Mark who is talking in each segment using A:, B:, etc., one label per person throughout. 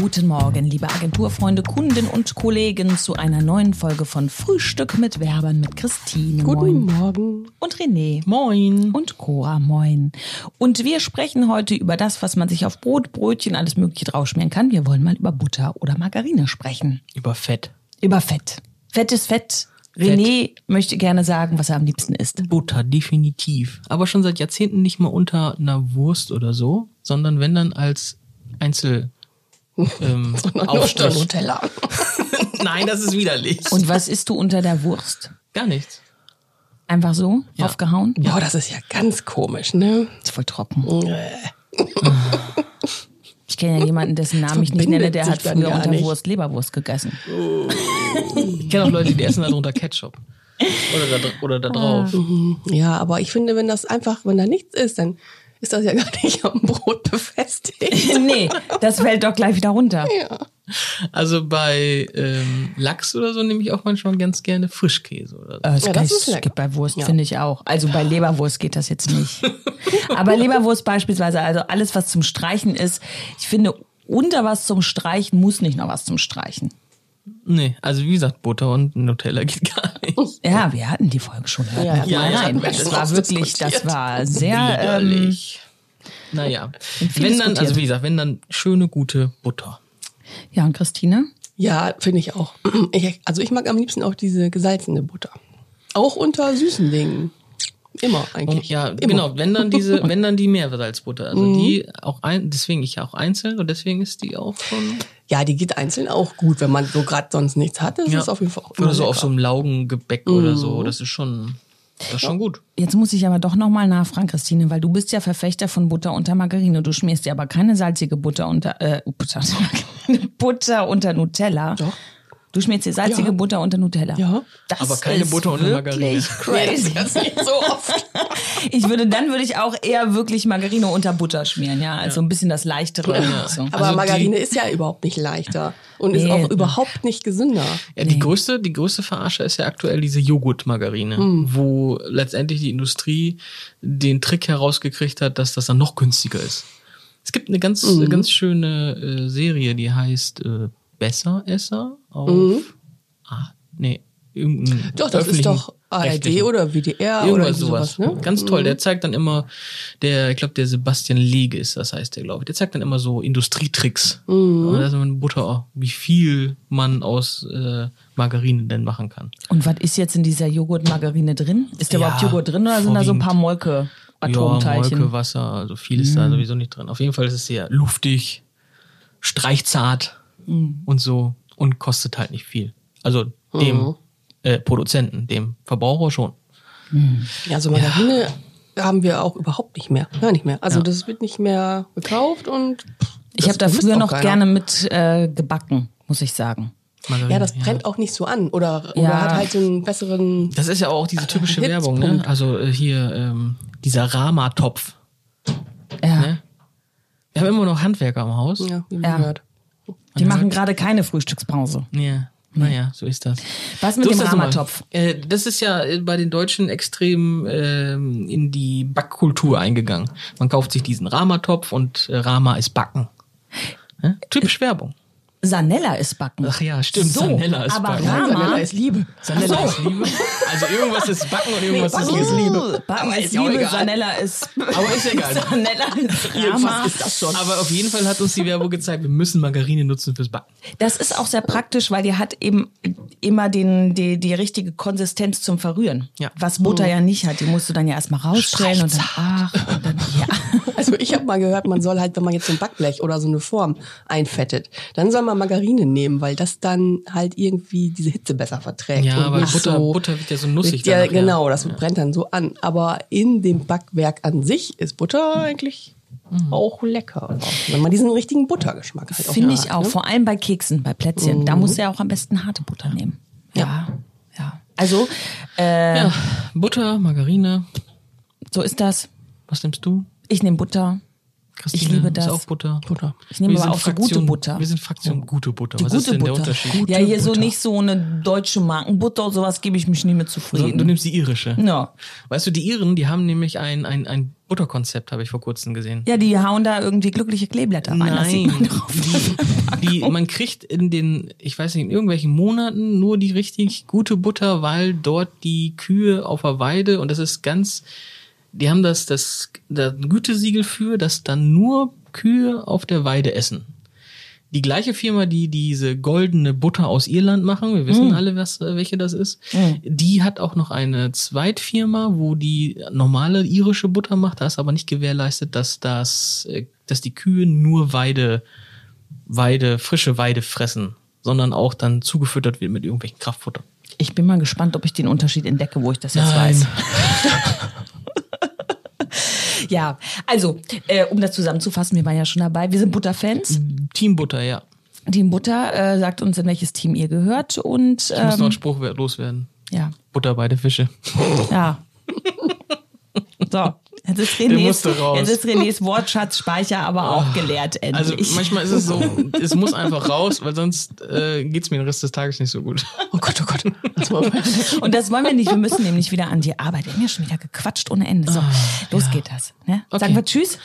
A: Guten Morgen, liebe Agenturfreunde, Kunden und Kollegen, zu einer neuen Folge von Frühstück mit Werbern mit Christine.
B: Guten
A: Moin.
B: Morgen.
A: Und René.
B: Moin.
A: Und Cora, moin. Und wir sprechen heute über das, was man sich auf Brot, Brötchen, alles Mögliche draufschmieren kann. Wir wollen mal über Butter oder Margarine sprechen.
B: Über Fett.
A: Über Fett. Fett ist Fett. René möchte gerne sagen, was er am liebsten isst.
B: Butter, definitiv. Aber schon seit Jahrzehnten nicht mal unter einer Wurst oder so, sondern wenn dann als Einzel. Ähm, Aufstrich.
A: Nutella.
B: Nein, das ist widerlich.
A: Und was isst du unter der Wurst?
B: Gar nichts.
A: Einfach so? Aufgehauen?
C: Boah, das ist ja ganz komisch, ne?
A: Ist voll trocken.
C: Äh,
A: Ich kenne ja jemanden, dessen Namen ich nicht
C: Verbindet
A: nenne, der
C: sich
A: hat
C: dann
A: früher
C: gar
A: unter
C: nicht.
A: Wurst Leberwurst gegessen.
B: Ich kenne auch Leute, die essen darunter Ketchup. Oder da, oder da drauf.
C: Ah, mhm. Ja, aber ich finde, wenn das einfach, wenn da nichts ist, dann ist das ja gar nicht am Brot befestigt.
A: nee, das fällt doch gleich wieder runter.
C: Ja.
B: Also bei ähm, Lachs oder so nehme ich auch manchmal ganz gerne Frischkäse oder so.
A: Äh, Es
C: Ja,
A: geht-
C: das ist
A: es
C: lecker.
A: geht bei Wurst,
C: Ja.
A: finde ich auch. Also bei Leberwurst geht das jetzt nicht. Aber Leberwurst beispielsweise, also alles, was zum Streichen ist, ich finde, unter was zum Streichen muss nicht noch was zum Streichen.
B: Nee, also wie gesagt, Butter und Nutella geht gar nicht.
A: Ja, wir hatten die Folge schon. Hört
C: Ja,
A: mal
B: ja, ja,
A: rein.
B: hatten wir
A: Das
C: schon
A: war wirklich,
C: ausdiskutiert.
A: das war sehr. Ähm,
B: Widerlich. naja.
A: Viel
B: Wenn dann,
A: diskutiert.
B: also wie gesagt, wenn dann schöne, gute Butter.
A: ja, und Christine?
C: Ja, finde ich auch. Ich, also ich mag am liebsten auch diese gesalzene Butter. Auch unter süßen Dingen. Immer
B: Und,
C: eigentlich.
B: ja,
C: Immer. Mhm.
B: genau, wenn dann diese, wenn dann die Meersalzbutter. Also die auch ein, deswegen ich ja auch einzeln und deswegen ist die auch schon.
C: Ja, die geht einzeln auch gut, wenn man so gerade sonst nichts hat. Das
B: ja,
C: ist auf jeden Fall auch immer
B: Oder so
C: lecker. Mhm.
B: auf so einem Laugengebäck oder so. Das ist schon, das ist schon gut.
A: Jetzt muss ich aber doch nochmal nachfragen, Christine, weil du bist ja Verfechter von Butter unter Margarine. Du schmierst dir aber keine salzige Butter unter äh, Butter, unter Margarine, Butter unter Nutella.
C: Doch.
A: Du schmierst dir salzige
C: Ja.
A: Butter unter Nutella.
C: Ja.
A: Das
B: Aber keine
A: ist
B: Butter unter Margarine.
A: wirklich Crazy.
C: Ja, das ist nicht so oft.
A: Ich würde, dann würde ich auch eher wirklich Margarine unter Butter schmieren, ja. Also ein bisschen das leichtere. So.
C: Aber
B: Also die-
C: Margarine ist ja überhaupt nicht leichter und ist
A: Nee.
C: auch überhaupt nicht gesünder.
B: Ja, die größte, die größte Verarsche ist ja aktuell diese Joghurtmargarine,
C: Hm.
B: wo letztendlich die Industrie den Trick herausgekriegt hat, dass das dann noch günstiger ist. Es gibt eine ganz,
C: Mhm.
B: ganz schöne äh, Serie, die heißt äh, Besseresser auf ah, nee, irgendein
C: Mhm. Doch, das ist
B: öffentlichen,
C: doch ARD
B: rechtlichen.
C: oder WDR Ah, oder
B: Irgendwas
C: irgendwie
B: sowas.
C: sowas, ne?
B: Ganz toll. Der zeigt dann immer, der, ich glaube, der Sebastian Lege ist, das heißt der, glaube ich. Der zeigt dann immer so Industrietricks. Mhm. Da ist man Butter, wie viel man aus äh, Margarine denn machen kann.
A: Und was ist jetzt in dieser Joghurt-Margarine drin? Ist da
B: Ja,
A: überhaupt Joghurt drin oder sind da so ein paar
B: Ja,
A: Molke-Atomteilchen?
B: Molke, Wasser, also viel ist
C: Mhm.
B: da sowieso nicht drin. Auf jeden Fall ist es sehr luftig, streichzart
C: Mhm.
B: und so und kostet halt nicht viel. Also dem
C: Mhm.
B: äh, Produzenten, dem Verbraucher schon.
C: Ja, so Margarine haben wir auch überhaupt nicht mehr. Gar nicht mehr. Also das wird nicht mehr gekauft und pff,
A: ich
C: das
A: habe da
C: vermisst
A: früher
C: auch
A: noch
C: keiner.
A: gerne mit äh, gebacken, muss ich sagen.
B: Margarine,
C: Ja, das brennt auch nicht so an oder, oder
A: Ja.
C: hat halt so einen besseren.
B: Das ist ja auch diese typische
C: Jetzt
B: Werbung, ne?
C: Punkt.
B: Also äh, hier ähm, dieser Rama-Topf.
A: Ja.
B: Ne? Wir haben immer noch Handwerker im Haus.
C: Ja, wie
A: Ja.
C: man hört.
A: Die machen gerade keine Frühstückspause.
B: Ja. Naja, so ist das.
A: Was mit
B: so ist
A: dem
B: das immer.
A: Rama-Topf?
B: Äh, das ist ja äh, bei den Deutschen extrem ähm, in die Backkultur eingegangen. Man kauft sich diesen Rama-Topf und äh, Rama ist Backen. Ne? Typisch Werbung.
A: Sanella ist backen.
B: Ach ja, stimmt,
A: So,
B: Sanella ist
A: aber
B: backen.
A: Rama
C: Sanella ist Liebe.
B: Sanella ist Liebe. Also irgendwas ist Backen und irgendwas ist
A: Backen ist
B: Liebe.
A: Liebe. Backen
C: Aber
A: ist
C: ist ja auch
A: Liebe,
C: egal.
A: Sanella ist.
B: Aber ist egal.
A: Sanella ist Rama.
C: das schon?
B: Aber auf jeden Fall hat uns die Werbung gezeigt, wir müssen Margarine nutzen fürs Backen.
A: Das ist auch sehr praktisch, weil die hat eben immer den, die, die richtige Konsistenz zum Verrühren.
B: Ja. Mhm.
A: Was Butter ja nicht hat. Die musst du dann ja erstmal rausstellen und dann, ach, und dann, ja.
C: Also ich habe mal gehört, man soll halt, wenn man jetzt so ein Backblech oder so eine Form einfettet, dann soll man Margarine nehmen, weil das dann halt irgendwie diese Hitze besser verträgt.
B: Ja,
C: und
B: aber
C: nicht
B: Butter-
C: so,
B: Butter wird ja so nussig
C: Wird ja,
B: danach, ja.
C: genau, das brennt dann so an. Aber in dem Backwerk an sich ist Butter eigentlich
B: Mhm.
C: auch lecker, Also auch, wenn man diesen richtigen Buttergeschmack halt
A: Finde
C: hat,
A: ich auch.
C: Ne?
A: Vor allem bei Keksen, bei Plätzchen. Da musst du Mhm. ja auch am besten harte Butter nehmen. Ja. ja. Also, äh,
B: Ja, Butter, Margarine,
A: so ist das.
B: was nimmst du?
A: Ich nehme Butter.
B: Christine,
A: Ich liebe
B: Ist
A: das.
B: auch Butter.
C: Butter.
A: Ich nehme
B: Wir
A: aber
B: sind
A: auch so gute Butter.
B: Wir sind Fraktion gute Butter.
C: Die
B: Was ist
C: gute
B: denn
C: Butter.
B: der Unterschied?
A: ja, hier so
C: Butter.
A: nicht so eine deutsche Markenbutter oder sowas gebe ich mich nicht mehr
B: Du,
A: zufrieden.
B: du nimmst die irische.
A: ja.
B: Weißt du, die Iren, die haben nämlich ein, ein, ein Butterkonzept, habe ich vor kurzem gesehen.
A: ja, die hauen da irgendwie glückliche Kleeblätter rein. Das sieht man drauf.
B: Die, die, man kriegt in den, ich weiß nicht, in irgendwelchen Monaten nur die richtig gute Butter, weil dort die Kühe auf der Weide und das ist ganz, die haben das, das, das Gütesiegel für, dass dann nur Kühe auf der Weide essen. Die gleiche Firma, die diese goldene Butter aus Irland machen, wir wissen alle, was, äh, welche das ist, die hat auch noch eine Zweitfirma, wo die normale irische Butter macht. Da ist aber nicht gewährleistet, dass, das, äh, dass die Kühe nur Weide Weide, frische Weide fressen, sondern auch dann zugefüttert wird mit irgendwelchen Kraftfutter.
A: Ich bin mal gespannt, ob ich den Unterschied entdecke, wo ich das jetzt weiß. Ja, also, äh, um das zusammenzufassen, wir waren ja schon dabei. Wir sind Butterfans.
B: Team Butter, ja.
A: Team Butter äh, sagt uns, in welches Team ihr gehört. Und
B: Ich muss noch
A: ähm,
B: einen Spruch we- loswerden.
A: ja,
B: Butter bei der Fische.
A: ja. So, jetzt ist René's,
B: musste raus.
A: jetzt ist René's Wortschatzspeicher aber auch geleert
B: Also
A: endlich.
B: manchmal ist es so, es muss einfach raus, weil sonst äh, geht's mir den Rest des Tages nicht so gut.
C: Oh Gott, oh Gott. Lass mal
A: und das wollen wir nicht. Wir müssen nämlich wieder an die Arbeit. Wir haben ja schon wieder gequatscht ohne Ende. So, los geht das. Ne? Sagen
B: Ah, Okay.
A: wir Tschüss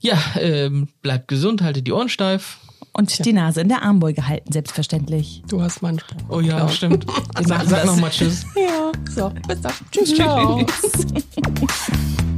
B: Ja, ähm, bleibt gesund, haltet die Ohren steif.
A: und die Nase in der Armbeuge halten, selbstverständlich.
C: Du hast meinen Sprung.
B: Oh ja, stimmt. Sag, sag nochmal Tschüss.
C: Ja, so. Bis dann. Tschüss. Ciao.
A: Tschüss.